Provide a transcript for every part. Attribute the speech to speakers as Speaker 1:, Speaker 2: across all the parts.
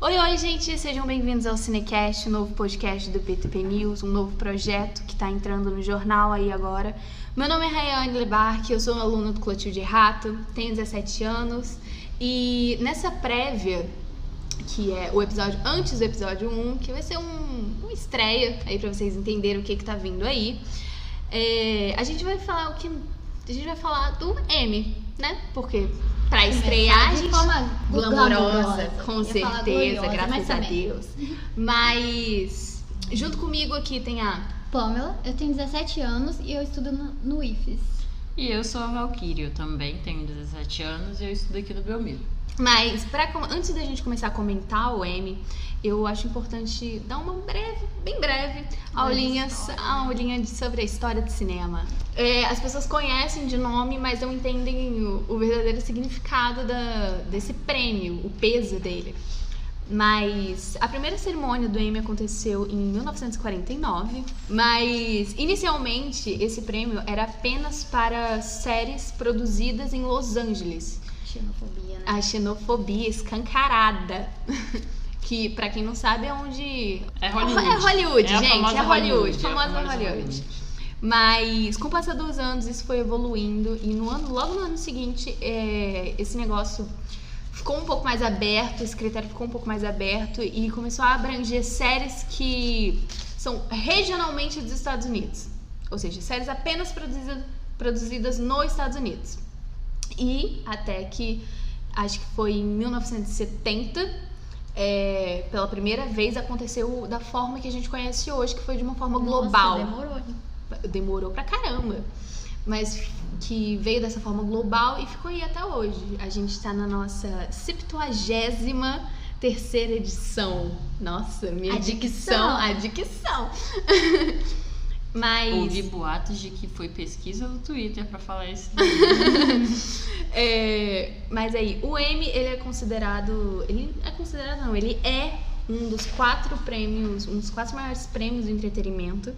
Speaker 1: Oi, oi, gente! Sejam bem-vindos ao Cinecast, um novo podcast do PTP News, um novo projeto que tá entrando no jornal aí agora. Meu nome é Rayane Lebarque, eu sou aluna do Clotilde Rato, tenho 17 anos e nessa prévia, que é o episódio antes do episódio 1, que vai ser um, uma estreia aí pra vocês entenderem o que que tá vindo aí, é, a gente vai falar o que... A gente vai falar do M, né? Porque pra estrear a
Speaker 2: É, De
Speaker 1: gente
Speaker 2: forma
Speaker 1: glamourosa, com
Speaker 2: Ia falar
Speaker 1: certeza,
Speaker 2: gloriosa,
Speaker 1: graças
Speaker 2: mas
Speaker 1: a
Speaker 2: também.
Speaker 1: Deus. Mas junto comigo aqui tem a.
Speaker 2: Pamela, eu tenho 17 anos e eu estudo no, no IFES.
Speaker 3: E eu sou a Valkyrie, eu também tenho 17 anos e eu estudo aqui no Belmiro.
Speaker 1: Mas pra, com- antes da gente começar a comentar o M, eu acho importante dar uma breve, bem breve, aulinha, aulinha de- sobre a história do cinema. É, as pessoas conhecem de nome, mas não entendem o, o verdadeiro significado da- desse prêmio, o peso dele. Mas a primeira cerimônia do Emmy aconteceu em 1949, mas inicialmente esse prêmio era apenas para séries produzidas em Los Angeles
Speaker 2: Xenofobia, né?
Speaker 1: a xenofobia escancarada. que, pra quem não sabe, é onde.
Speaker 3: É Hollywood.
Speaker 1: É Hollywood,
Speaker 3: É a
Speaker 1: gente. É
Speaker 3: famosa
Speaker 1: Hollywood.
Speaker 3: Hollywood, é a
Speaker 1: Famosa
Speaker 3: famosa
Speaker 1: Hollywood.
Speaker 3: Hollywood.
Speaker 1: Mas com o passar dos anos isso foi evoluindo e no ano, logo no ano seguinte é, esse negócio ficou um pouco mais aberto, esse critério ficou um pouco mais aberto e começou a abranger séries que são regionalmente dos Estados Unidos, ou seja, séries apenas produzidas, produzidas nos Estados Unidos. E até que acho que foi em 1970 é, pela primeira vez aconteceu da forma que a gente conhece hoje, que foi de uma forma global
Speaker 2: Nossa, demorou.
Speaker 1: demorou pra caramba, mas que veio dessa forma global e ficou aí até hoje. A gente tá na nossa 73 terceira edição. Nossa, minha
Speaker 2: A
Speaker 1: dicção,
Speaker 2: dicção.
Speaker 1: a dicção. mas
Speaker 3: Ouvi boatos de que foi pesquisa do Twitter pra falar isso.
Speaker 1: É, mas aí, o Emmy, ele é considerado. Ele é considerado, não, ele é um dos quatro prêmios, um dos quatro maiores prêmios do entretenimento.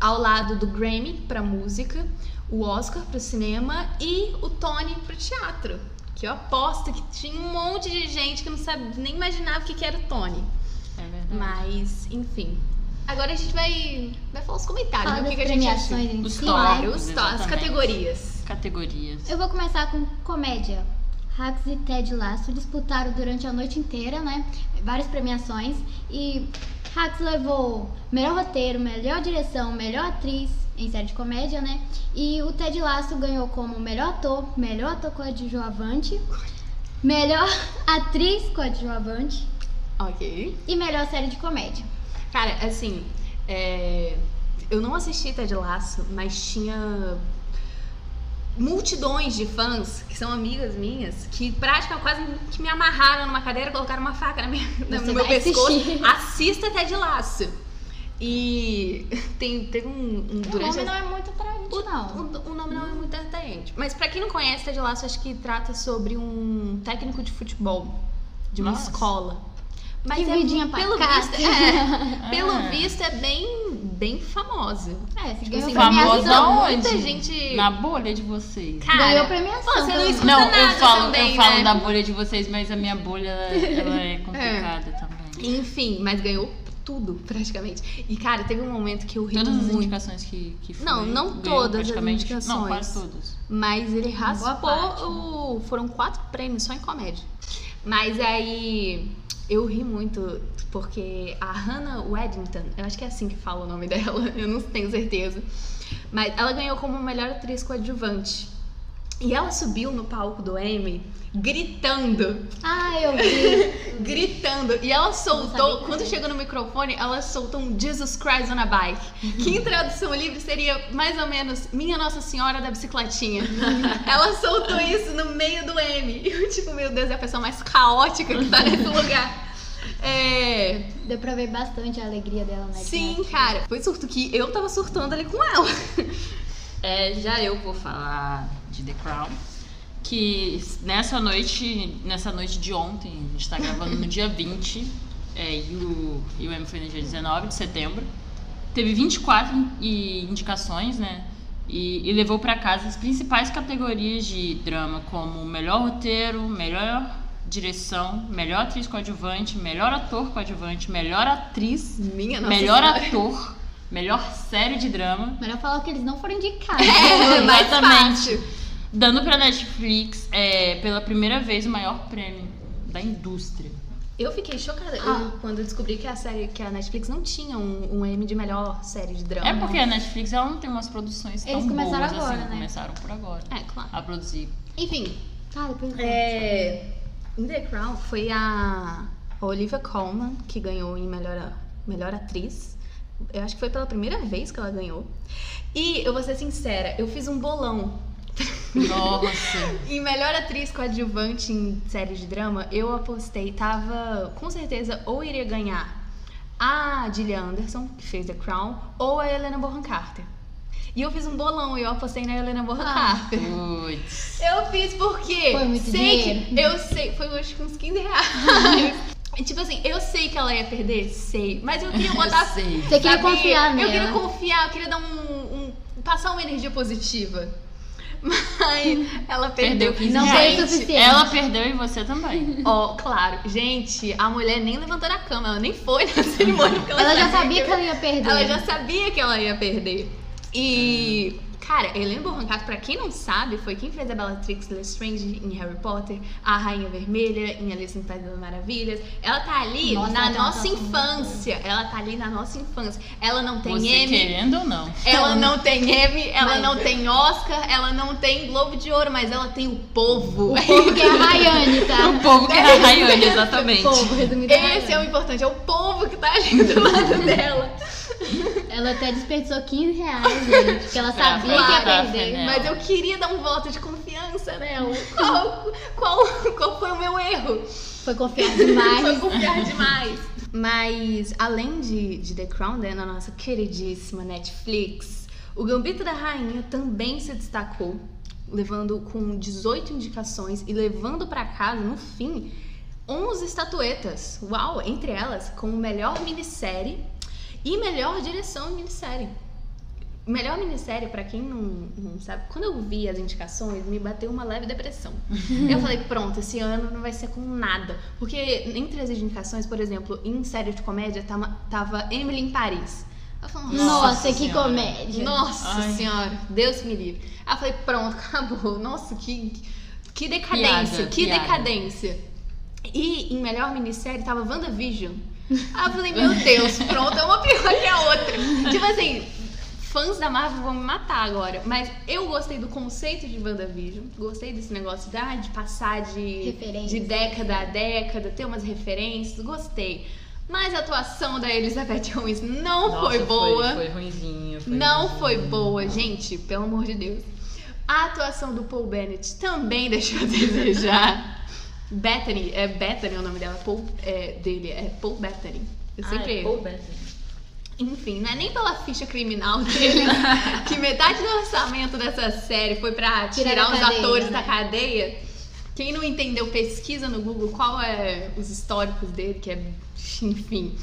Speaker 1: Ao lado do Grammy pra música, o Oscar pro cinema e o Tony pro teatro. Que eu aposto que tinha um monte de gente que não sabia, nem imaginava o que, que era o Tony.
Speaker 3: É verdade.
Speaker 1: Mas, enfim. Agora a gente vai, vai falar os comentários,
Speaker 2: Fala
Speaker 1: né, o que,
Speaker 2: das
Speaker 1: que a gente achou.
Speaker 2: premiações em
Speaker 3: Os
Speaker 2: si,
Speaker 3: tópicos.
Speaker 2: né?
Speaker 1: Claro, os to- as
Speaker 3: Exatamente.
Speaker 1: categorias.
Speaker 3: Categorias.
Speaker 2: Eu vou começar com comédia. Hacks e Ted Lasso disputaram durante a noite inteira, né? Várias premiações. E Hacks levou melhor roteiro, melhor direção, melhor atriz em série de comédia, né? E o Ted Lasso ganhou como melhor ator, melhor ator coadjuvante, melhor atriz coadjuvante
Speaker 1: Ok.
Speaker 2: e melhor série de comédia.
Speaker 1: Cara, assim, é, eu não assisti Ted Lasso, mas tinha multidões de fãs que são amigas minhas que praticamente quase que me amarraram numa cadeira, colocaram uma faca na minha, no
Speaker 2: Você
Speaker 1: meu
Speaker 2: vai
Speaker 1: pescoço.
Speaker 2: assistir.
Speaker 1: Assista Ted Lasso. E tem, teve um, um
Speaker 2: O
Speaker 1: durante
Speaker 2: nome não é muito atraente, não.
Speaker 1: o, o nome não é muito atraente. Mas pra quem não conhece, Ted Lasso acho que trata sobre um técnico de futebol de uma
Speaker 3: Nossa.
Speaker 1: escola. é
Speaker 2: Que vidinha
Speaker 1: pelo
Speaker 2: pacata.
Speaker 1: visto, é,
Speaker 3: Ah.
Speaker 1: pelo visto é bem bem famosa.
Speaker 2: É, se
Speaker 1: Tipo
Speaker 2: ganhou
Speaker 1: assim,
Speaker 3: famosa
Speaker 1: então,
Speaker 2: premiação.
Speaker 3: aonde?
Speaker 1: muita gente
Speaker 3: Na bolha de vocês.
Speaker 1: cara,
Speaker 2: ganhou premiação.
Speaker 1: pô, você não
Speaker 2: pelo
Speaker 1: escuta-
Speaker 3: Não,
Speaker 1: nada
Speaker 3: eu falo,
Speaker 1: também,
Speaker 3: eu falo
Speaker 1: né?
Speaker 3: da bolha de vocês, mas a minha bolha ela é complicada também.
Speaker 1: enfim, mas ganhou tudo praticamente. E cara, teve um momento que eu ri
Speaker 3: Todas as
Speaker 1: muito,
Speaker 3: indicações que, que foi,
Speaker 1: Não, não
Speaker 3: ganhou
Speaker 1: todas as
Speaker 3: praticamente. Não,
Speaker 1: indicações.
Speaker 3: quase todas.
Speaker 1: mas ele raspou
Speaker 2: parte, né?
Speaker 1: o- foram quatro prêmios só em comédia. Mas aí eu ri muito porque a Hannah Waddington, eu acho que é assim que fala o nome dela, eu não tenho certeza. Mas ela ganhou como melhor atriz coadjuvante. E ela subiu no palco do Emmy gritando
Speaker 2: Ah, eu vi.
Speaker 1: gritando. E ela
Speaker 2: sabia
Speaker 1: soltou,
Speaker 2: que
Speaker 1: quando
Speaker 2: era.
Speaker 1: chega no microfone, ela soltou um Jesus Christ on a bike. Que em tradução livre seria mais ou menos Minha Nossa Senhora da Bicicletinha. ela soltou isso no meio do M. E eu, tipo, meu Deus, é a pessoa mais caótica que tá nesse lugar. É.
Speaker 2: Deu pra ver bastante a alegria dela, né?
Speaker 1: Sim, cara. Foi surto que eu tava surtando ali com ela.
Speaker 3: É, já eu vou falar de The Crown. Que nessa noite, nessa noite de ontem, a gente tá gravando no dia 20, é, e, o, e o M foi no dia 19 de setembro. Teve 24 in- e indicações, né? E, e levou pra casa as principais categorias de drama, como melhor roteiro, melhor direção, melhor atriz coadjuvante, melhor ator coadjuvante, melhor atriz,
Speaker 1: Minha nossa
Speaker 3: melhor
Speaker 1: senhora.
Speaker 3: ator, melhor série de drama.
Speaker 2: Melhor falar que eles não foram indicados.
Speaker 1: É, mais
Speaker 3: Exatamente.
Speaker 1: fácil.
Speaker 3: Dando pra Netflix, é, pela primeira vez, o maior prêmio da indústria.
Speaker 1: Eu fiquei chocada
Speaker 2: Ah.
Speaker 1: eu- quando eu descobri que a série, que a Netflix não tinha um, um M de melhor série de drama.
Speaker 3: É porque a Netflix ela não tem umas produções
Speaker 2: Eles
Speaker 3: tão
Speaker 2: começaram
Speaker 3: boas
Speaker 2: agora,
Speaker 3: assim,
Speaker 2: né?
Speaker 3: começaram por agora
Speaker 1: É, claro.
Speaker 3: a produzir.
Speaker 1: Enfim,
Speaker 2: Tá, depois eu
Speaker 1: é, In The Crown foi a a Olivia Colman que ganhou em melhor, melhor atriz. Eu acho que foi pela primeira vez que ela ganhou. E eu vou ser sincera, eu fiz um bolão
Speaker 3: Nossa.
Speaker 1: Em melhor atriz coadjuvante em série de drama, eu apostei, tava com certeza ou iria ganhar a Gillian Anderson, que fez The Crown, ou a Helena Bonham Carter. E eu fiz um bolão e eu apostei na Helena Bonham
Speaker 2: Ah.
Speaker 1: Carter.
Speaker 3: Putz.
Speaker 1: Eu fiz porque
Speaker 2: Foi muito
Speaker 1: sei
Speaker 2: dinheiro?
Speaker 1: que eu sei, foi acho que uns 15 reais. E, tipo assim, eu sei que ela ia perder, sei, mas eu queria botar
Speaker 3: Eu sei.
Speaker 2: Você queria
Speaker 1: Sabe?
Speaker 2: confiar
Speaker 1: Eu
Speaker 2: nela.
Speaker 1: queria confiar, eu queria dar um, um- passar uma energia positiva. Mas ela perdeu.
Speaker 3: Perdeu 15
Speaker 1: Não,
Speaker 2: reais.
Speaker 1: gente,
Speaker 2: suficiente.
Speaker 3: Ela perdeu e você também.
Speaker 1: Ó, claro. Gente, a mulher nem levantou da cama, ela nem foi na cerimônia. porque
Speaker 2: Ela já sabia que ela ia perder.
Speaker 1: Ela já sabia que ela ia perder. E, cara, Helena Bonham Carter, pra quem não sabe, foi quem fez a Bellatrix Lestrange em Harry Potter, a Rainha Vermelha em Alice no País das Maravilhas. Ela tá ali
Speaker 2: Nossa,
Speaker 1: na
Speaker 2: ela tem uma
Speaker 1: nossa
Speaker 2: atuação muito
Speaker 1: infância. Ela tá ali na nossa infância. Ela não tem
Speaker 3: você
Speaker 1: M.
Speaker 3: querendo ou não.
Speaker 1: Ela não tem Emmy, ela
Speaker 2: Mas-
Speaker 1: não tem Oscar, ela não tem Globo de Ouro, mas ela tem o povo.
Speaker 2: Porque é a Rayane,
Speaker 1: Ah.
Speaker 2: tá?
Speaker 3: O povo
Speaker 1: É.
Speaker 3: que era a Rayane, exatamente.
Speaker 2: Povo, resumido. a
Speaker 1: Esse é o
Speaker 2: Rayane.
Speaker 1: importante, é o povo que tá ali do lado dela.
Speaker 2: Ela até desperdiçou 15 reais, gente. Porque ela
Speaker 3: Pra
Speaker 2: sabia que ia
Speaker 3: falar,
Speaker 2: perder. Então,
Speaker 3: né?
Speaker 1: Mas eu queria dar um voto de confiança nela. Qual, qual, qual foi o meu erro?
Speaker 2: Foi confiar
Speaker 1: Foi
Speaker 2: demais.
Speaker 1: confiar demais. Mas, além de, de The Crown, né, na nossa queridíssima Netflix, o Gambito da Rainha também se destacou, levando com 18 indicações e levando pra casa, no fim, 11 estatuetas. Uau! Entre elas, com o melhor minissérie e melhor direção em minissérie. Melhor minissérie, pra quem não, não sabe, quando eu vi as indicações, me bateu uma leve depressão. eu falei, pronto, esse ano não vai ser com nada. Porque entre as indicações, por exemplo, em série de comédia, tava, tava Emily em Paris. Eu falei,
Speaker 2: Nossa,
Speaker 1: nossa,
Speaker 3: Nossa
Speaker 2: que
Speaker 3: Senhora.
Speaker 2: comédia.
Speaker 1: nossa
Speaker 3: Ai.
Speaker 1: senhora, Deus me livre. Aí eu falei, pronto, acabou. Nossa, que, que decadência,
Speaker 3: Piada,
Speaker 1: que
Speaker 3: piada.
Speaker 1: decadência. E em melhor minissérie tava WandaVision. Aí eu falei, meu Deus, pronto, é uma pior que a outra. Tipo assim, fãs da Marvel vão me matar agora. Mas eu gostei do conceito de WandaVision. Gostei desse negócio da, de passar de,
Speaker 2: Referência.
Speaker 1: de década a década, ter umas referências. Gostei. Mas a atuação da Elizabeth Holmes não
Speaker 3: Nossa,
Speaker 1: foi boa.
Speaker 3: Foi, ruimzinho. foi
Speaker 1: Não
Speaker 3: ruimzinho.
Speaker 1: foi boa, gente, pelo amor de Deus. A atuação do Paul Bennett também deixou a desejar. Bethany, é Bethany o nome dela, Paul, é, dele é Paul Bethany. Eu
Speaker 3: Ah,
Speaker 1: sempre
Speaker 3: é
Speaker 1: erro.
Speaker 3: Paul Bettany.
Speaker 1: Enfim, não é nem pela ficha criminal dele, que metade do orçamento dessa série foi pra
Speaker 2: Tirar
Speaker 1: tirar,
Speaker 2: da
Speaker 1: os
Speaker 2: cadeia,
Speaker 1: atores
Speaker 2: né?
Speaker 1: da cadeia. Quem não entendeu, pesquisa no Google qual é os históricos dele, que é. Enfim.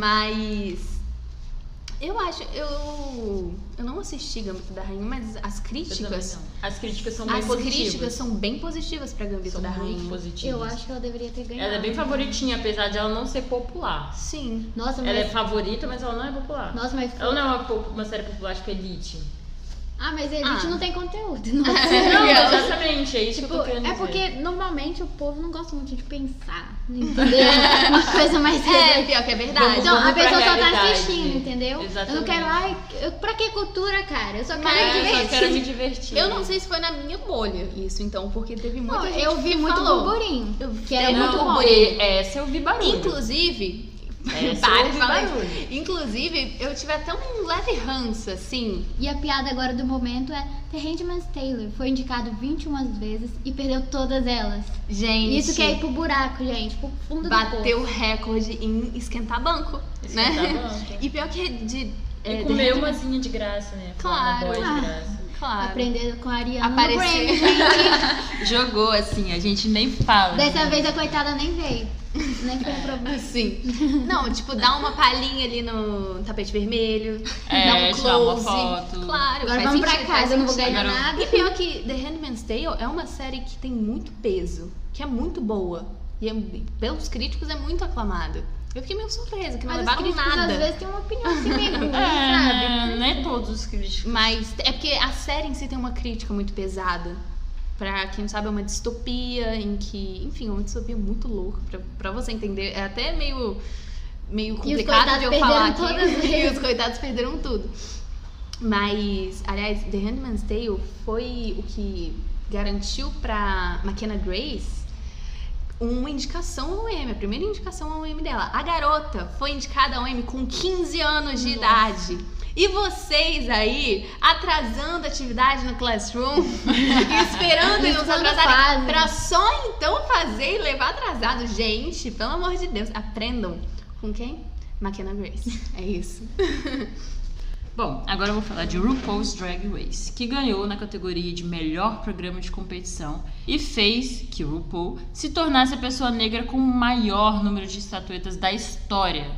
Speaker 1: Mas. Eu acho. Eu, eu não assisti Gambito da Rainha, mas as
Speaker 3: Eu também
Speaker 1: críticas.
Speaker 3: não. As críticas são bem
Speaker 1: As críticas
Speaker 3: positivas.
Speaker 1: são bem positivas pra Gambito
Speaker 3: São
Speaker 1: da
Speaker 3: muito
Speaker 1: Rainha.
Speaker 3: positivas.
Speaker 2: Eu acho que ela deveria ter ganhado.
Speaker 3: Ela é bem favoritinha, apesar de ela não ser popular.
Speaker 1: Sim.
Speaker 2: Nossa, mas...
Speaker 3: Ela é favorita, mas ela não é popular.
Speaker 2: Nossa, mas...
Speaker 3: Ela não é uma, po- uma série popular, tipo Elite.
Speaker 2: Ah, mas a gente
Speaker 1: Ah.
Speaker 2: não tem conteúdo. Nossa.
Speaker 3: Não,
Speaker 1: Ela-
Speaker 3: exatamente, é isso
Speaker 2: Tipo,
Speaker 3: que eu tô querendo
Speaker 2: é
Speaker 3: dizer.
Speaker 2: porque normalmente o povo não gosta muito de pensar, entendeu? Uma coisa mais
Speaker 1: É,
Speaker 2: séria.
Speaker 1: pior que é verdade.
Speaker 2: Então a
Speaker 3: Vamos pra
Speaker 2: pessoa só tá
Speaker 3: realidade.
Speaker 2: assistindo, entendeu? Eu não
Speaker 3: Exatamente.
Speaker 2: quero, ai, eu, pra que cultura, cara? Eu só quero
Speaker 1: Mas-
Speaker 2: divertir.
Speaker 3: É, eu só quero me divertir.
Speaker 1: Eu não sei se foi na minha bolha isso, então, porque teve muita
Speaker 2: Não,
Speaker 1: gente
Speaker 2: eu vi
Speaker 1: que
Speaker 2: muito
Speaker 1: falou.
Speaker 2: burburinho.
Speaker 1: Eu vi
Speaker 2: Que era
Speaker 1: É
Speaker 3: não,
Speaker 2: muito bom.
Speaker 3: porque Essa eu vi barulho.
Speaker 1: Inclusive,
Speaker 3: É, só
Speaker 1: para de
Speaker 3: ouvi
Speaker 1: falar
Speaker 3: barulho.
Speaker 1: isso. Inclusive, eu tive até um leve ranço, assim.
Speaker 2: E a piada agora do momento é The Handmaid's Taylor foi indicado 21 vezes e perdeu todas elas.
Speaker 1: Gente,
Speaker 2: Isso que é ir pro buraco, gente, pro fundo do poço.
Speaker 1: bateu recorde em esquentar banco,
Speaker 3: Esquentar
Speaker 1: né?
Speaker 3: banco.
Speaker 1: E pior que de.
Speaker 3: E
Speaker 1: é,
Speaker 3: comer
Speaker 1: de-
Speaker 2: um
Speaker 3: umazinha de graça, né? Falar
Speaker 1: Claro.
Speaker 3: Uma boia
Speaker 2: Ah.
Speaker 3: de graça.
Speaker 1: Claro.
Speaker 2: Aprender com a Ariana
Speaker 1: Aparecer.
Speaker 2: no Grammy, gente.
Speaker 3: Jogou assim, a gente nem fala.
Speaker 2: Dessa vez a coitada nem veio. Nem foi um problema.
Speaker 1: Assim. Não, tipo, dá uma palhinha ali no tapete vermelho.
Speaker 3: É,
Speaker 1: dá um close.
Speaker 3: tirar uma foto.
Speaker 1: Claro,
Speaker 2: Agora
Speaker 1: faz
Speaker 2: vamos
Speaker 1: sentido,
Speaker 2: pra
Speaker 1: faz
Speaker 2: casa, eu não vou
Speaker 1: sentido.
Speaker 2: ganhar
Speaker 3: Agora-
Speaker 2: nada.
Speaker 1: E pior que The Handmaid's Tale é uma série que tem muito peso, que é muito boa. E é- pelos críticos é muito aclamada. Eu fiquei meio surpresa, que não
Speaker 2: Mas os
Speaker 1: levaram
Speaker 2: críticos
Speaker 1: nada.
Speaker 2: às vezes têm uma opinião assim meio ruim, sabe?
Speaker 3: É, nem todos os críticos.
Speaker 1: Mas é porque a série em si tem uma crítica muito pesada. Pra quem não sabe, é uma distopia em que. Enfim, é uma distopia muito louca. Pra, pra você entender, é até meio. Meio complicado
Speaker 2: coitados
Speaker 1: de eu falar aqui.
Speaker 2: perderam todas
Speaker 1: e os coitados perderam tudo. Mas, aliás, The Handmaid's Tale foi o que garantiu pra McKenna Grace uma indicação ao Emmy, a primeira indicação ao Emmy dela. A garota foi indicada ao Emmy com 15 anos de idade. E vocês aí, atrasando atividade no classroom, esperando eles
Speaker 2: Isso quando
Speaker 1: atrasarem
Speaker 2: fazem.
Speaker 1: pra só então fazer e levar atrasado. Gente, pelo amor de Deus, aprendam com quem? McKenna Grace. É isso.
Speaker 3: Bom, agora eu vou falar de RuPaul's Drag Race, que ganhou na categoria de melhor programa de competição e fez que RuPaul se tornasse a pessoa negra com o maior número de estatuetas da história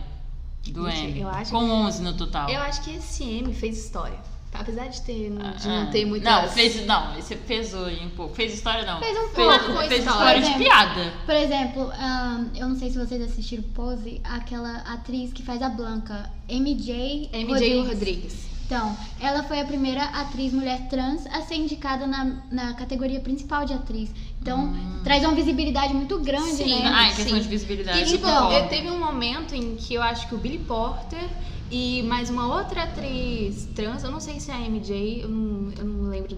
Speaker 3: do
Speaker 1: Gente,
Speaker 3: Emmy,
Speaker 1: eu acho-
Speaker 3: com 11 no total.
Speaker 1: Eu acho que esse M fez história. Apesar de, ter, de
Speaker 3: Ah,
Speaker 1: não ter muitas...
Speaker 3: Não, fez, não, você pesou aí um pouco. Fez história, não.
Speaker 2: Fez um pouco,
Speaker 1: foi
Speaker 3: fez
Speaker 1: história.
Speaker 3: história de piada.
Speaker 2: Por exemplo, ahn, eu não sei se vocês assistiram Pose, aquela atriz que faz a Blanca, MJ,
Speaker 1: MJ Rodrigues.
Speaker 2: Então, ela foi a primeira atriz mulher trans a ser indicada na, na categoria principal de atriz. Então, traz uma visibilidade muito grande,
Speaker 1: Hum. Sim,
Speaker 2: né?
Speaker 3: Ah, em questão
Speaker 1: sim.
Speaker 3: de visibilidade.
Speaker 1: E, tipo,
Speaker 3: concordo.
Speaker 1: eu- teve um momento em que eu acho que o Billy Porter e mais uma outra atriz trans, eu não sei se é a MJ, eu não, eu não lembro.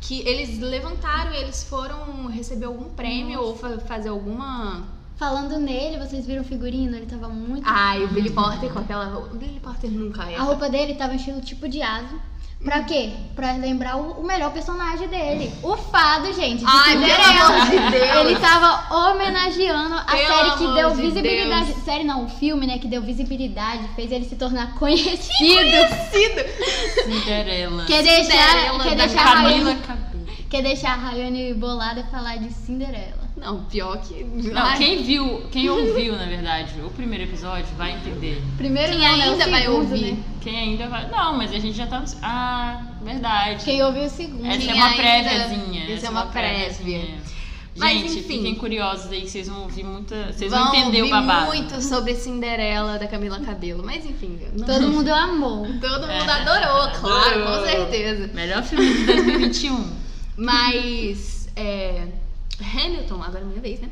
Speaker 1: Que eles levantaram e eles foram receber algum prêmio ou fa- fazer alguma.
Speaker 2: Falando nele, vocês viram o figurino? Ele tava muito.
Speaker 1: Ai, o Billy Porter com aquela. O Billy Porter nunca é.
Speaker 2: A roupa dele tava estilo tipo de asa. Pra quê? Pra lembrar o, o melhor personagem dele. O fado, gente. de
Speaker 1: Ai, pelo
Speaker 2: Cinderela.
Speaker 1: amor de Deus.
Speaker 2: Ele tava homenageando a
Speaker 1: Pelo
Speaker 2: série que
Speaker 1: amor
Speaker 2: deu
Speaker 1: de
Speaker 2: visibilidade. Série não, o filme, né? Que deu visibilidade, fez ele se tornar conhecido.
Speaker 3: Cinderela.
Speaker 2: Quer deixar,
Speaker 1: Cinderela
Speaker 2: quer
Speaker 1: da
Speaker 2: deixar, a
Speaker 3: Camila
Speaker 2: Rayane,
Speaker 3: Cabello.
Speaker 2: quer deixar a Rayane bolada e falar de Cinderela.
Speaker 1: Não, pior que.
Speaker 3: Não,
Speaker 1: Ai,
Speaker 3: quem viu, quem ouviu, na verdade, o primeiro episódio vai entender.
Speaker 2: Primeiro
Speaker 1: Quem
Speaker 2: não, né, o
Speaker 1: ainda vai
Speaker 2: segundo,
Speaker 1: ouvir?
Speaker 2: né?
Speaker 3: Quem ainda vai. Não, mas a gente já tá no. Ah, verdade.
Speaker 2: Quem ouviu o segundo.
Speaker 3: Essa
Speaker 1: Quem
Speaker 3: é uma
Speaker 1: ainda-
Speaker 3: préviazinha.
Speaker 1: Isso é uma prévia.
Speaker 3: préviazinha.
Speaker 1: Mas,
Speaker 3: gente,
Speaker 1: enfim.
Speaker 3: fiquem curiosos aí que vocês vão ouvir muita. Vocês
Speaker 1: vão
Speaker 3: vão entender o
Speaker 1: ouvir
Speaker 3: babado.
Speaker 1: muito sobre Cinderela da Camila Cabello. Mas enfim, não-
Speaker 2: Todo mundo amou.
Speaker 1: todo mundo
Speaker 3: É.
Speaker 1: adorou, claro, com
Speaker 3: Adorou.
Speaker 1: certeza.
Speaker 3: Melhor filme de 2021.
Speaker 1: Mas é, Hamilton, agora é minha vez, né?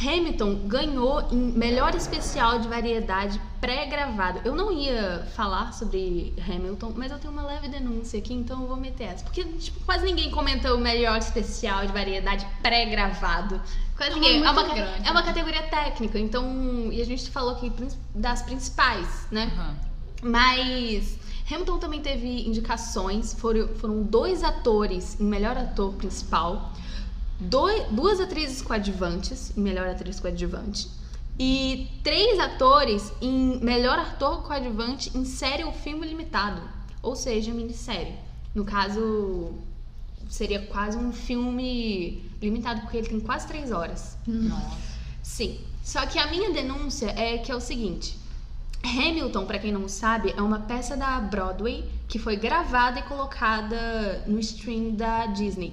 Speaker 1: Hamilton ganhou em melhor especial de variedade pré-gravado. Eu não ia falar sobre Hamilton, mas eu tenho uma leve denúncia aqui, então eu vou meter essa. Porque tipo, quase ninguém comenta o melhor especial de variedade pré-gravado. Quase
Speaker 2: É uma
Speaker 1: ninguém. É
Speaker 2: muito
Speaker 1: uma, ca-
Speaker 2: grande, né?
Speaker 1: é uma categoria técnica, então. E a gente falou aqui prin- das principais, né?
Speaker 3: Aham.
Speaker 1: Mas Hamilton também teve indicações. Foram, foram dois atores em melhor ator principal, doi- duas atrizes coadjuvantes em melhor atriz coadjuvante e três atores em melhor ator coadjuvante em série ou filme limitado, ou seja, minissérie. No caso, seria quase um filme limitado porque ele tem quase três horas.
Speaker 3: Nossa.
Speaker 1: Sim. Só que a minha denúncia é que é o seguinte. Hamilton, pra quem não sabe, é uma peça da Broadway que foi gravada e colocada no stream da Disney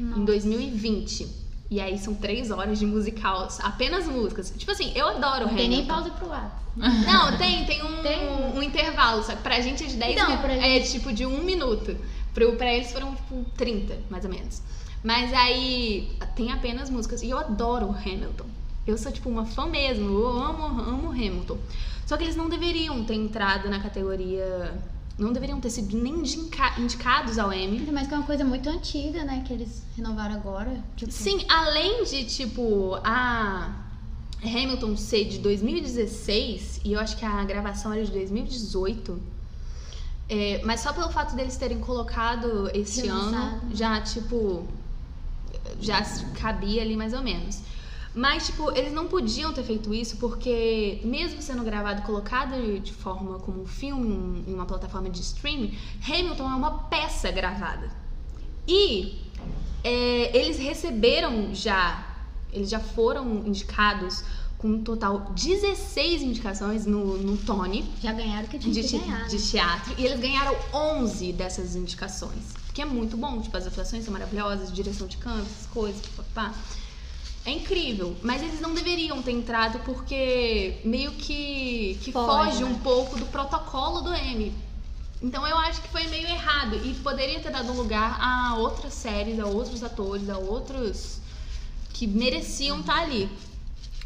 Speaker 2: Uhum.
Speaker 1: em 2020. E aí são três horas de musical, apenas músicas. Tipo assim, eu adoro
Speaker 2: Não
Speaker 1: Hamilton.
Speaker 2: tem nem pausa pro ato.
Speaker 1: Não, tem, tem um,
Speaker 2: Tem?
Speaker 1: um intervalo, só que pra gente é de 10
Speaker 2: Não,
Speaker 1: minutos.
Speaker 2: pra
Speaker 1: É tipo de um minuto. Pro, pra eles foram tipo, 30, mais ou menos. Mas aí tem apenas músicas. E eu adoro o Hamilton. Eu sou tipo uma fã mesmo. Eu amo, amo Hamilton. Só que eles não deveriam ter entrado na categoria. Não deveriam ter sido nem indica- indicados ao Emmy.
Speaker 2: Ainda mais que é uma coisa muito antiga, né? Que eles renovaram agora. Tipo,
Speaker 1: Sim, além de, tipo, a Hamilton ser de 2016, e eu acho que a gravação era de 2018, é, mas só pelo fato deles terem colocado esse
Speaker 2: Já
Speaker 1: ano,
Speaker 2: lançaram.
Speaker 1: já, tipo, já cabia ali mais ou menos. Mas, tipo, eles não podiam ter feito isso porque, mesmo sendo gravado e colocado de forma como um filme um- em uma plataforma de streaming, Hamilton é uma peça gravada. E é, eles receberam já, eles já foram indicados com um total 16 indicações no, no Tony
Speaker 2: Já ganharam o que tinha
Speaker 1: de,
Speaker 2: que
Speaker 1: te-
Speaker 2: ganhar. né?
Speaker 1: de teatro e eles ganharam 11 dessas indicações, que é muito bom, tipo, as atuações são maravilhosas, direção de campo, essas coisas, papá. É incrível, mas eles não deveriam ter entrado porque meio que, que
Speaker 2: Foge,
Speaker 1: foge, um
Speaker 2: né?
Speaker 1: pouco do protocolo do M. Então eu acho que foi meio errado e poderia ter dado lugar a outras séries, a outros atores, a outros que mereciam estar ali.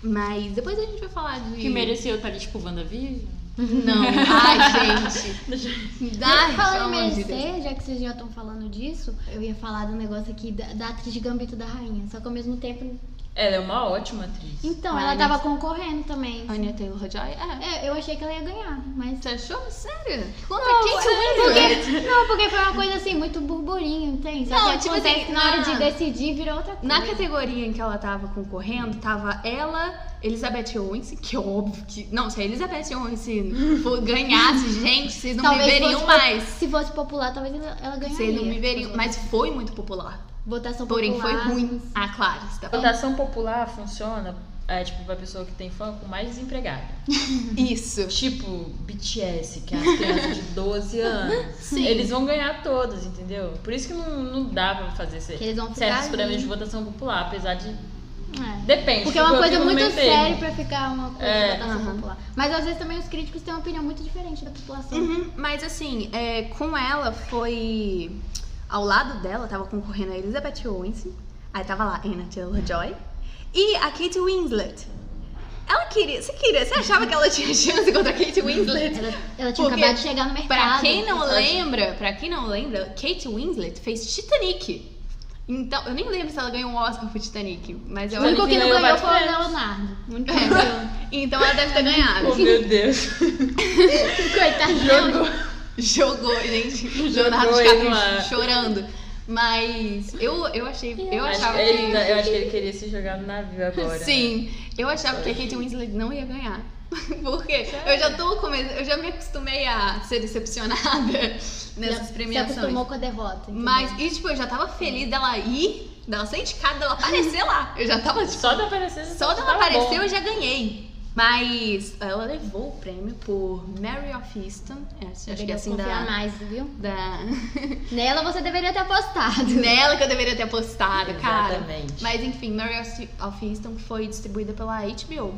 Speaker 1: Mas depois a gente vai falar de.
Speaker 3: Que mereceu estar ali, tipo, WandaVision.
Speaker 1: Não, ai, gente.
Speaker 2: Já
Speaker 1: Dá,
Speaker 2: que
Speaker 1: pelo
Speaker 2: falando
Speaker 1: amor de
Speaker 2: em
Speaker 1: Deus.
Speaker 2: merecer, já que vocês já estão falando disso, eu ia falar do negócio aqui da, da atriz de Gambito da Rainha. Só que ao mesmo tempo.
Speaker 3: Ela é uma ótima atriz.
Speaker 2: Então,
Speaker 1: Ai,
Speaker 2: ela tava concorrendo também.
Speaker 1: Anya Taylor Joy? É.
Speaker 2: É, eu achei que ela ia ganhar, mas.
Speaker 1: Você achou? Sério? Conta
Speaker 2: Não,
Speaker 1: quem que
Speaker 2: é,
Speaker 1: eu lembro.
Speaker 2: porque, não, porque foi uma coisa assim, muito burburinho, entende? Só
Speaker 1: Não,
Speaker 2: que
Speaker 1: tipo
Speaker 2: acontece
Speaker 1: assim,
Speaker 2: que na hora
Speaker 1: na-
Speaker 2: de decidir virou outra coisa.
Speaker 1: Na categoria em que ela tava concorrendo, tava ela, Elizabeth Owens, que é óbvio que. Não, se a Elizabeth Owens for- ganhasse, gente, vocês não
Speaker 2: Talvez
Speaker 1: me veriam
Speaker 2: fosse-
Speaker 1: mais.
Speaker 2: Se fosse popular, talvez ela, ela ganharia.
Speaker 1: Vocês não me veriam. Mas foi muito popular.
Speaker 2: Votação
Speaker 1: Porém, foi
Speaker 2: popular.
Speaker 1: ruim. Ah, claro, você tá falando.
Speaker 3: Votação popular funciona, é, tipo, pra pessoa que tem fã com mais desempregada.
Speaker 1: Isso.
Speaker 3: Tipo, BTS, que é as crianças de 12 anos.
Speaker 1: Sim.
Speaker 3: Eles vão ganhar todos, entendeu? Por isso que não, não dá pra fazer esse-
Speaker 2: Que eles vão ficar
Speaker 3: certos programas
Speaker 2: ali.
Speaker 3: de votação popular, apesar de.
Speaker 2: É.
Speaker 3: Depende.
Speaker 2: Porque é uma coisa
Speaker 3: tipo, eu fico no
Speaker 2: muito
Speaker 3: meio termo.
Speaker 2: séria pra ficar uma coisa
Speaker 3: É.
Speaker 2: da votação
Speaker 1: Aham.
Speaker 2: popular. Mas às vezes também os críticos têm uma opinião muito diferente da população.
Speaker 1: Uhum, mas assim, é, com ela foi. Ao lado dela tava concorrendo a Elizabeth Owens, aí tava lá Anna Taylor Joy e a Kate Winslet. Ela queria. Você queria? Você achava que ela tinha chance contra a Kate Winslet?
Speaker 2: Ela, ela tinha
Speaker 1: Porque
Speaker 2: acabado de chegar no mercado.
Speaker 1: Pra quem não
Speaker 3: Ela
Speaker 1: lembra, para quem não lembra, Kate Winslet fez Titanic. Então, eu nem lembro se ela ganhou um Oscar por Titanic, mas eu
Speaker 2: O
Speaker 1: acho
Speaker 2: único
Speaker 3: Titanic
Speaker 2: que não ganhou
Speaker 3: ganhou
Speaker 2: foi o
Speaker 3: bastante.
Speaker 2: Leonardo. O único que não ganhou.
Speaker 1: é. Então ela deve ter ganhado.
Speaker 3: Oh, meu Deus.
Speaker 1: É.
Speaker 2: Coitado
Speaker 3: Jogou.
Speaker 1: Jogou, gente. Leonardo
Speaker 3: Jogou ele no
Speaker 1: DiCaprio
Speaker 3: ar.
Speaker 1: chorando. Mas eu, eu achei. Eu
Speaker 3: Acho
Speaker 1: achava
Speaker 3: que ele-
Speaker 1: que.
Speaker 3: eu acho que ele queria se jogar no navio agora.
Speaker 1: Sim, eu achava que a Kate Winslet não ia ganhar. Porque eu já tô começando. Eu já me acostumei a ser decepcionada nessas
Speaker 2: Se acostumou
Speaker 1: premiações.
Speaker 2: com a derrota. entendeu?
Speaker 1: Mas, e tipo, eu já tava feliz dela ir, dela ser indicada, dela aparecer lá. Eu já tava, tipo,
Speaker 3: Só dela aparecer.
Speaker 1: só dela
Speaker 3: já tava
Speaker 1: aparecer
Speaker 3: bom.
Speaker 1: eu já ganhei. Mas ela levou o prêmio por Mary of Easton. Acho, acho que é
Speaker 2: Deveria
Speaker 1: assim
Speaker 2: confiar
Speaker 1: da.
Speaker 2: mais, viu?
Speaker 1: da...
Speaker 2: Nela você deveria ter apostado.
Speaker 1: Nela que eu deveria ter apostado, cara.
Speaker 3: Exatamente.
Speaker 1: Mas enfim, Mary of- of Easton foi distribuída pela HBO.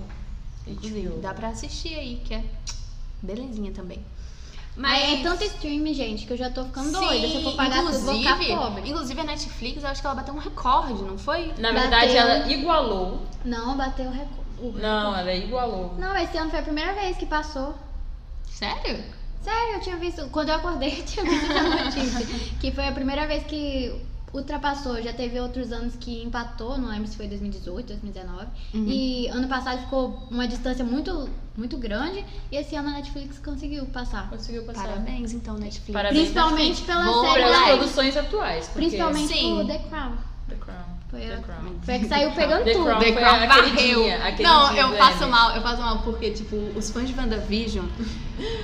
Speaker 1: Inclusive,
Speaker 3: HBO.
Speaker 1: dá pra assistir aí, que é belezinha também.
Speaker 2: Mas
Speaker 1: Mas
Speaker 2: é tanto stream, gente, que eu já tô ficando doida. Se eu for pagar tudo, eu vou
Speaker 1: inclusive,
Speaker 2: ficar pobre.
Speaker 1: inclusive a Netflix, eu acho que ela bateu um recorde, não foi?
Speaker 3: Na
Speaker 2: Bateu.
Speaker 3: verdade,
Speaker 2: um
Speaker 3: ela igualou.
Speaker 2: Não, bateu o recorde.
Speaker 3: Não, ela igualou.
Speaker 2: Não, esse ano foi a primeira vez que passou.
Speaker 1: Sério?
Speaker 2: Sério, eu tinha visto. Quando eu acordei, eu tinha visto essa notícia. que foi a primeira vez que ultrapassou. Já teve outros anos que empatou, não lembro se foi 2018, 2019.
Speaker 3: Uhum.
Speaker 2: E ano passado ficou uma distância muito, muito grande. E esse ano a Netflix conseguiu passar.
Speaker 3: Conseguiu passar.
Speaker 1: Parabéns, então, Netflix.
Speaker 3: Parabéns.
Speaker 2: Principalmente pela
Speaker 1: Vou
Speaker 2: série
Speaker 1: pra
Speaker 3: Pelas
Speaker 2: Live.
Speaker 3: produções atuais. Porque
Speaker 2: Principalmente
Speaker 1: Sim.
Speaker 2: por The Crown.
Speaker 3: The Crown.
Speaker 2: Foi
Speaker 3: The
Speaker 2: a-
Speaker 3: Crown.
Speaker 2: Foi a que saiu pegando
Speaker 3: The
Speaker 2: tudo.
Speaker 3: Crown.
Speaker 1: The
Speaker 3: foi
Speaker 1: Crown
Speaker 3: aquele
Speaker 1: varreu.
Speaker 3: dia, aquele
Speaker 1: não,
Speaker 3: dia
Speaker 1: eu
Speaker 3: do
Speaker 1: passo
Speaker 3: Emmy.
Speaker 1: mal, eu passo mal porque, tipo, os fãs de WandaVision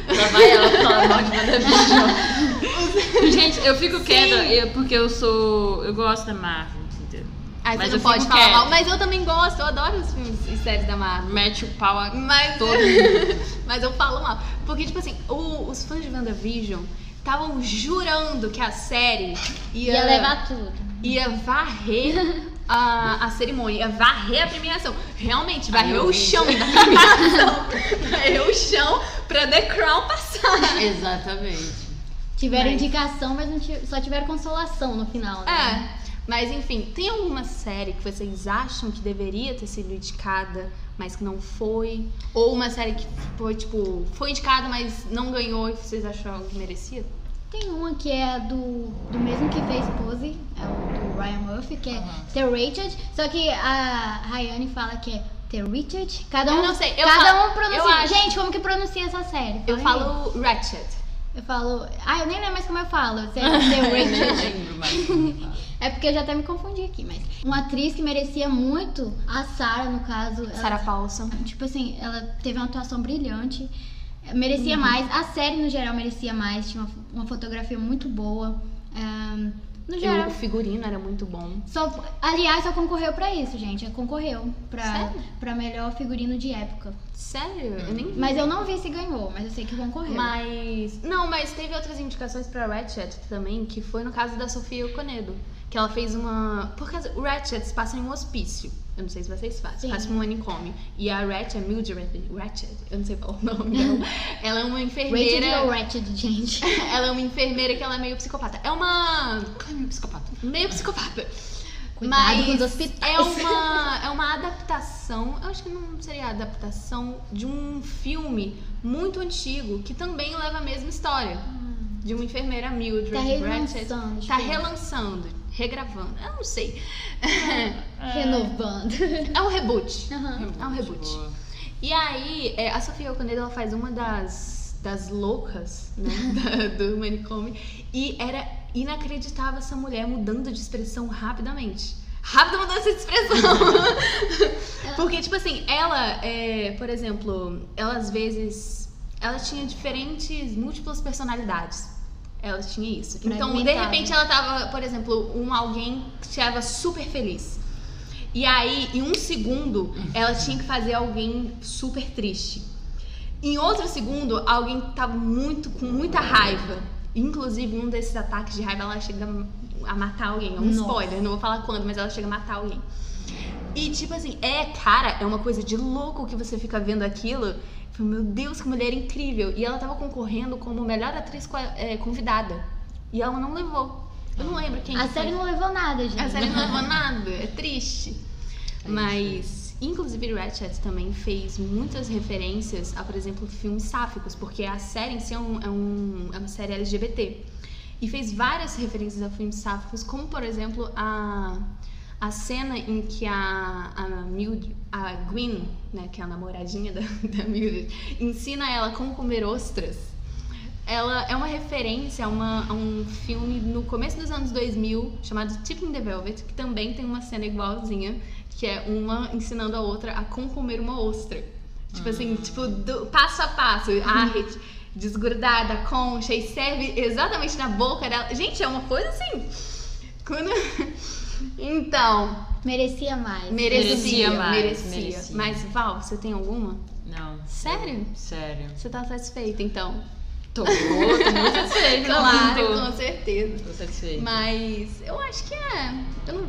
Speaker 3: Lá vai ela falando mal de WandaVision. Gente, eu fico quieta eu- porque eu sou. Eu gosto da Marvel, entendeu?
Speaker 1: Aí
Speaker 3: Mas
Speaker 1: você
Speaker 3: eu
Speaker 1: não pode
Speaker 3: fico
Speaker 1: falar
Speaker 3: quieta.
Speaker 1: mal. Mas eu também gosto, eu adoro os filmes e séries da Marvel.
Speaker 3: Mete o pau a
Speaker 1: Mas,
Speaker 3: todo mundo.
Speaker 1: mas eu falo mal. Porque, tipo assim, o- os fãs de WandaVision estavam jurando que a série ia,
Speaker 2: Ia levar tudo.
Speaker 1: ia varrer a, a cerimônia, ia varrer a premiação. Realmente,
Speaker 3: Aí
Speaker 1: varreu
Speaker 3: eu
Speaker 1: o
Speaker 3: vi.
Speaker 1: chão da premiação. varreu o chão pra The Crown passar.
Speaker 3: Exatamente.
Speaker 2: Tiveram
Speaker 1: Mas-
Speaker 2: indicação, mas não ti- só tiveram consolação no final. né?
Speaker 1: É. Mas enfim, tem alguma série que vocês acham que deveria ter sido indicada, mas que não foi? Ou uma série que foi, tipo, foi indicada, mas não ganhou e vocês acharam que merecia?
Speaker 2: Tem uma que é do, do mesmo que fez Pose, é o do Ryan Murphy, que é
Speaker 3: Aham.
Speaker 2: The Richard. Só que a Rayane fala que é The Richard. Cada um,
Speaker 1: Eu não sei, eu
Speaker 2: cada
Speaker 1: falo-
Speaker 2: um pronuncia.
Speaker 1: eu acho-
Speaker 2: Gente, como que pronuncia essa série? Fala
Speaker 1: Eu
Speaker 2: aí.
Speaker 1: falo Ratchet.
Speaker 2: Eu falo. Ah, eu nem lembro mais como eu falo. Se é The
Speaker 3: Eu nem
Speaker 2: Richard.
Speaker 3: lembro mais. como fala.
Speaker 2: É porque eu já até me confundi aqui, mas. Uma atriz que merecia muito, a Sarah, no caso. ela-
Speaker 1: Sarah Paulson.
Speaker 2: Tipo assim, ela teve uma atuação brilhante. Merecia
Speaker 1: Uhum.
Speaker 2: mais. A série, no geral, merecia mais. Tinha uma, uma fotografia muito boa. Ahn, no
Speaker 1: E
Speaker 2: geral.
Speaker 1: o figurino era muito bom.
Speaker 2: Só, aliás, só concorreu pra isso, gente. Concorreu pra,
Speaker 1: Sério?
Speaker 2: pra melhor figurino de época.
Speaker 1: Sério? Eu nem
Speaker 2: Mas eu não vi se ganhou, mas eu sei que concorreu.
Speaker 1: Mas. Não, mas teve outras indicações pra Ratchet também, que foi no caso da Sofia Conedo. Que ela fez uma. Por causa. O Ratchet se passa em um hospício. Eu não sei se vocês fazem.
Speaker 2: Sim.
Speaker 1: Passa em um manicômio. E a Ratchet, Mildred Ratchet, eu não sei falar o nome dela. ela é uma
Speaker 2: Rated ou
Speaker 1: enfermeira.
Speaker 2: Ratched, gente?
Speaker 1: ela é uma enfermeira que ela é meio psicopata. É uma.
Speaker 3: Ai, meu psicopata.
Speaker 1: meio psicopata.
Speaker 2: Cuidado
Speaker 1: Mas
Speaker 2: com os hospitais.
Speaker 1: É uma, é uma adaptação, eu acho que não seria adaptação, de um filme muito antigo que também leva a mesma história. De uma enfermeira Mildred
Speaker 2: Tá
Speaker 1: Ratchet.
Speaker 2: relançando. tipo,
Speaker 1: Tá relançando, regravando. Eu não sei.
Speaker 2: Renovando.
Speaker 1: É um reboot.
Speaker 2: Aham.
Speaker 1: É um reboot. E aí, é, a Sofia Okonedo, ela faz uma das, das loucas, né, da- do manicômio. E era inacreditável essa mulher mudando de expressão rapidamente. Rápida mudança de expressão! Porque, tipo assim, ela, é, por exemplo, ela às vezes... Ela tinha diferentes, múltiplas personalidades. Ela tinha isso. Então, de
Speaker 2: Fragmentada.
Speaker 1: repente, ela tava, por exemplo, um alguém que estava super feliz. E aí, em um segundo, ela tinha que fazer alguém super triste. Em outro segundo, alguém tava muito com muita raiva. Inclusive, em um desses ataques de raiva, ela chega a matar alguém. É um
Speaker 2: Nossa.
Speaker 1: spoiler, não vou falar quando, mas ela chega a matar alguém. E tipo assim, é, cara, é uma coisa de louco que você fica vendo aquilo. Eu falei, Meu Deus, que mulher incrível. E ela tava concorrendo como melhor atriz co- eh, convidada. E ela não levou. Eu não lembro quem
Speaker 2: A
Speaker 1: que foi.
Speaker 2: série não levou nada, gente.
Speaker 1: A série não levou nada, é triste. Mas, inclusive, Ratchet também fez muitas referências a, por exemplo, filmes sáficos, porque a série em si é, um- é um- é uma série LGBT. E fez várias referências a filmes sáficos, como, por exemplo, a, a cena em que a, a, Mildred, a Gwen, né, que é a namoradinha da, da Mildred, ensina ela como comer ostras. Ela é uma referência a, uma- a um filme no começo dos anos 2000 chamado Tipping the Velvet, que também tem uma cena igualzinha, que é uma ensinando a outra a como comer uma ostra. Tipo assim,
Speaker 3: Ah.
Speaker 1: tipo, do- passo a passo. A rede desgrudar da concha e serve exatamente na boca dela. Gente, é uma coisa assim. Quando... Então,
Speaker 2: Merecia mais.
Speaker 1: merecia,
Speaker 3: Merecia mais,
Speaker 1: merecia.
Speaker 3: merecia.
Speaker 1: Mas, Val, você tem alguma?
Speaker 3: Não.
Speaker 1: Sério?
Speaker 3: Sério.
Speaker 1: Você tá satisfeita, então?
Speaker 3: Tô, tô muito satisfeita.
Speaker 1: Claro,
Speaker 3: Tô,
Speaker 1: com certeza.
Speaker 3: tô satisfeita.
Speaker 1: Mas eu acho que é. Eu não-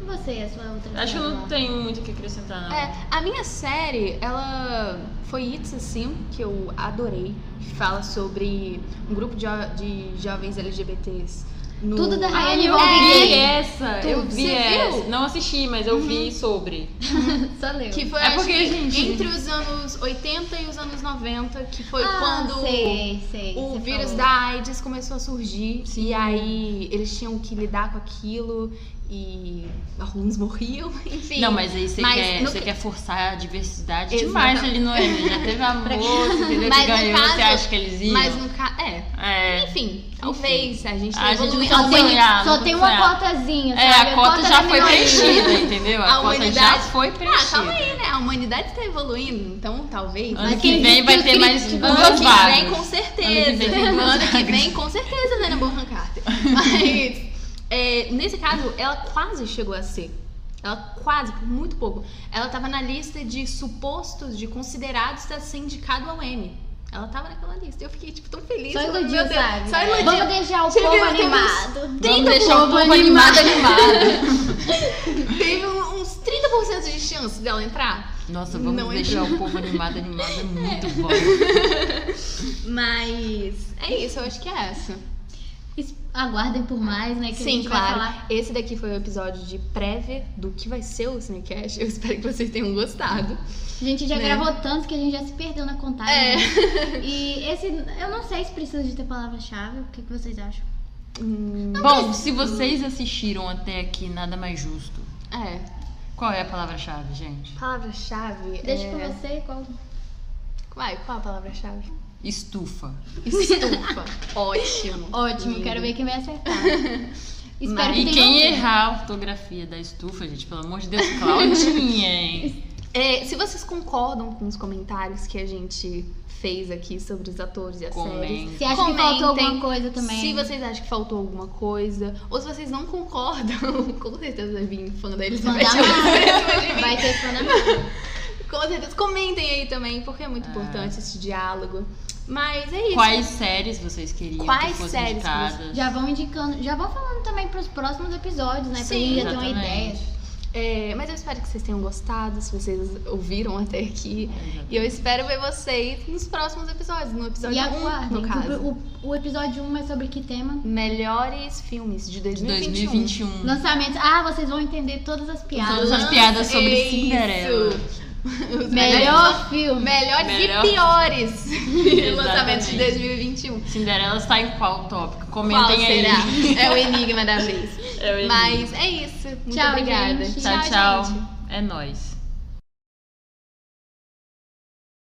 Speaker 2: E você, a sua outra
Speaker 3: Acho que eu
Speaker 2: série,
Speaker 3: não
Speaker 2: ó?
Speaker 3: tenho muito o que acrescentar, não.
Speaker 1: é, a minha série, ela foi It's Assim, que eu adorei. que Fala sobre um grupo de, jo- de jovens LGBTs. No... Ah, é,
Speaker 2: Tudo da
Speaker 3: Ai,
Speaker 2: Rayane
Speaker 3: eu vi
Speaker 2: Valverde.
Speaker 3: essa. Eu
Speaker 1: Tudo.
Speaker 3: vi
Speaker 1: Você
Speaker 3: essa.
Speaker 1: viu? Uhum.
Speaker 3: Não assisti, mas eu vi sobre.
Speaker 2: Só leu.
Speaker 1: Que foi
Speaker 3: É
Speaker 1: acho
Speaker 3: porque,
Speaker 1: que,
Speaker 3: gente-
Speaker 1: entre os anos 80 e os anos 90, que foi
Speaker 2: Ah,
Speaker 1: quando
Speaker 2: sei, sei,
Speaker 1: o
Speaker 2: você
Speaker 1: vírus
Speaker 2: falou.
Speaker 1: da AIDS começou a surgir.
Speaker 3: Sim.
Speaker 1: E aí eles tinham que lidar com aquilo e alguns morriam, enfim.
Speaker 3: Não, mas aí você
Speaker 1: Mas
Speaker 3: quer,
Speaker 1: no
Speaker 3: você
Speaker 1: que-
Speaker 3: quer forçar a diversidade
Speaker 1: Exato.
Speaker 3: demais ali no anime. Já teve amor, entendeu?
Speaker 1: Mas
Speaker 3: Que
Speaker 1: no
Speaker 3: ganhou, você
Speaker 1: caso-
Speaker 3: acha que eles iam?
Speaker 1: Mas no caso. É,
Speaker 3: É.
Speaker 1: Enfim, talvez a gente tá
Speaker 3: A gente
Speaker 1: evoluindo.
Speaker 3: não
Speaker 2: Só
Speaker 3: Vamos
Speaker 2: tem,
Speaker 3: sonhar,
Speaker 2: só
Speaker 3: vamos
Speaker 2: tem uma
Speaker 3: sonhar.
Speaker 2: cotazinha,
Speaker 3: É,
Speaker 2: sabe? tá
Speaker 3: a cota
Speaker 2: da
Speaker 3: já foi
Speaker 2: minoria.
Speaker 3: preenchida, entendeu?
Speaker 1: A
Speaker 3: A, cota já
Speaker 1: humanidade-
Speaker 3: foi
Speaker 1: Ah, calma
Speaker 3: preenchida.
Speaker 1: aí, né? A humanidade tá evoluindo, então talvez.
Speaker 3: Ano
Speaker 2: Mas
Speaker 3: que
Speaker 2: quem
Speaker 3: vem
Speaker 2: disse
Speaker 3: vai
Speaker 2: que
Speaker 3: ter
Speaker 2: o
Speaker 3: mais
Speaker 2: crítico-
Speaker 1: Ano
Speaker 3: duas
Speaker 1: que
Speaker 3: vagas.
Speaker 1: vem, com certeza.
Speaker 3: Ano que vem tem duas
Speaker 1: Ano que vem, com certeza, Helena Bonham Carter. Mas, é, nesse caso, ela quase chegou a ser. Ela quase, por muito pouco. Ela tava na lista de supostos, de considerados a ser indicado ao M. Ela tava naquela lista. Eu fiquei, tipo, tão feliz.
Speaker 2: Só
Speaker 1: Eu falei,
Speaker 2: iludiu,
Speaker 1: meu Deus,
Speaker 2: sabe?
Speaker 1: Só iludiu.
Speaker 2: Vamos deixar o
Speaker 1: Você
Speaker 2: povo
Speaker 1: viu, tem uns
Speaker 2: animado.
Speaker 3: Vamos
Speaker 1: um
Speaker 3: deixar o
Speaker 2: povo
Speaker 3: povo animado, animado.
Speaker 1: Teve um- uns 30% de chance dela entrar.
Speaker 3: Nossa, vamos
Speaker 1: Não
Speaker 3: deixar
Speaker 1: entrou.
Speaker 3: o povo animado, animado. É muito bom.
Speaker 1: Mas é isso, eu acho que é essa.
Speaker 2: Es- Aguardem por mais, né? Que a
Speaker 1: Sim,
Speaker 2: gente
Speaker 1: claro.
Speaker 2: vai falar.
Speaker 1: Esse daqui foi o episódio de prévia do que vai ser o Cinecast. Eu espero que vocês tenham gostado.
Speaker 2: A gente já
Speaker 1: Né?
Speaker 2: gravou tanto que a gente já se perdeu na contagem.
Speaker 1: É.
Speaker 2: né? E esse, eu não sei se precisa de ter palavra-chave. O que, que vocês acham?
Speaker 1: Hum,
Speaker 3: bom, se vocês assistiram até aqui, nada mais justo.
Speaker 1: é.
Speaker 3: Qual é a palavra-chave, gente?
Speaker 1: Palavra-chave.
Speaker 2: Deixa
Speaker 1: é...
Speaker 2: pra você qual.
Speaker 1: Vai, qual a palavra-chave?
Speaker 3: Estufa.
Speaker 1: Estufa. Ótimo.
Speaker 2: Ótimo, quero ver quem vai acertar. Espero
Speaker 3: Não,
Speaker 2: que
Speaker 3: Ah, e
Speaker 2: tenham
Speaker 3: quem
Speaker 2: ouvido.
Speaker 3: errar a ortografia da estufa, gente, pelo amor de Deus, Claudinha, hein?
Speaker 1: É, se vocês concordam com os comentários que a gente fez aqui sobre os atores e as séries.
Speaker 3: Comenta.
Speaker 2: Se acha que
Speaker 1: Comentem.
Speaker 2: faltou alguma coisa também.
Speaker 1: Se vocês acham que faltou alguma coisa, ou se vocês não concordam, com certeza vai vir fã da Elizabeth.
Speaker 2: Mandar
Speaker 1: Elizabeth.
Speaker 2: Vai ter fã
Speaker 1: Com certeza. Comentem aí também, porque é muito importante esse diálogo. Mas é isso.
Speaker 3: Quais séries vocês queriam
Speaker 1: Quais
Speaker 3: que fossem
Speaker 1: séries que vocês-
Speaker 3: indicadas?
Speaker 2: Já vão indicando, já vão falando também pros próximos episódios, né? Pra
Speaker 1: Sim,
Speaker 2: gente já ter uma
Speaker 3: Exatamente.
Speaker 2: ideia.
Speaker 1: É, mas eu espero que vocês tenham gostado, se vocês ouviram até aqui. E eu espero ver vocês nos próximos episódios, no
Speaker 2: E
Speaker 1: episódio 1,
Speaker 2: aguardem.
Speaker 1: no
Speaker 2: que
Speaker 1: caso.
Speaker 2: O, o, o episódio 1 é sobre que tema?
Speaker 1: Melhores filmes de
Speaker 3: De
Speaker 1: 2021.
Speaker 3: 2021.
Speaker 2: Lançamentos. Ah, vocês vão entender todas as piadas.
Speaker 3: Todas as piadas sobre
Speaker 1: Isso.
Speaker 3: Cinderela.
Speaker 1: É Os
Speaker 2: Melhor filme.
Speaker 1: melhores
Speaker 3: Melhor.
Speaker 1: e piores
Speaker 3: Exatamente.
Speaker 1: lançamentos de 2021.
Speaker 3: Cinderela está em qual tópico? Comentem
Speaker 1: Qual
Speaker 3: aí.
Speaker 1: será? É o enigma da vez.
Speaker 3: É o enigma.
Speaker 1: Mas é isso. Muito
Speaker 2: Tchau,
Speaker 1: obrigada.
Speaker 2: gente.
Speaker 3: Tchau,
Speaker 2: Tchau,
Speaker 3: tchau. É nóis.